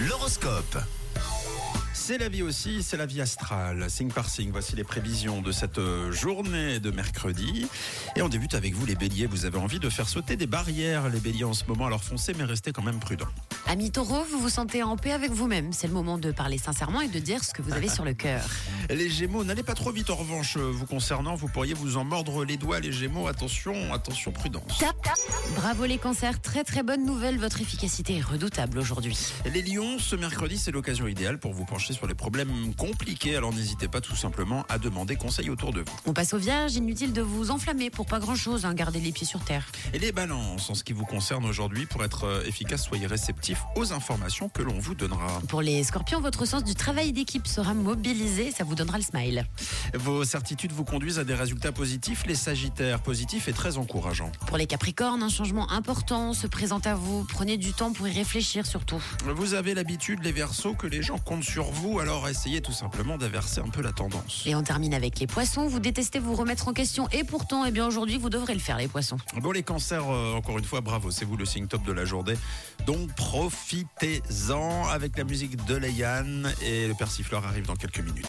L'horoscope. C'est la vie aussi, c'est la vie astrale. Signe par signe, voici les prévisions de cette euh, journée de mercredi. Et on débute avec vous les béliers. Vous avez envie de faire sauter des barrières, les béliers en ce moment. Alors foncez, mais restez quand même prudents. Ami taureau, vous vous sentez en paix avec vous-même. C'est le moment de parler sincèrement et de dire ce que vous avez sur le cœur. Les gémeaux, n'allez pas trop vite en revanche. euh, Vous concernant, vous pourriez vous en mordre les doigts, les gémeaux. Attention, attention, prudence. Tap, tap. Bravo les cancers, très très bonne nouvelle, votre efficacité est redoutable aujourd'hui. Les lions, ce mercredi, c'est l'occasion idéale pour vous pencher sur les problèmes compliqués. Alors n'hésitez pas tout simplement à demander conseil autour de vous. On passe aux vierges, inutile de vous enflammer pour pas grand-chose, hein, gardez les pieds sur terre. Et les balances, en ce qui vous concerne aujourd'hui, pour être euh, efficace, soyez réceptifs aux informations que l'on vous donnera. Pour les scorpions, votre sens du travail d'équipe sera mobilisé, ça vous donnera le smile. Vos certitudes vous conduisent à des résultats positifs. Les sagittaires, positifs et très encourageants. Pour les capricornes, un changement important se présente à vous, prenez du temps pour y réfléchir surtout. Vous avez l'habitude, les versos, que les gens comptent sur vous, alors essayez tout simplement d'averser un peu la tendance. Et on termine avec les poissons, vous détestez vous remettre en question et pourtant, eh bien aujourd'hui, vous devrez le faire les poissons. Bon, les cancers, euh, encore une fois, bravo, c'est vous le signe top de la journée. Donc profitez-en avec la musique de Leiane et le persifleur arrive dans quelques minutes.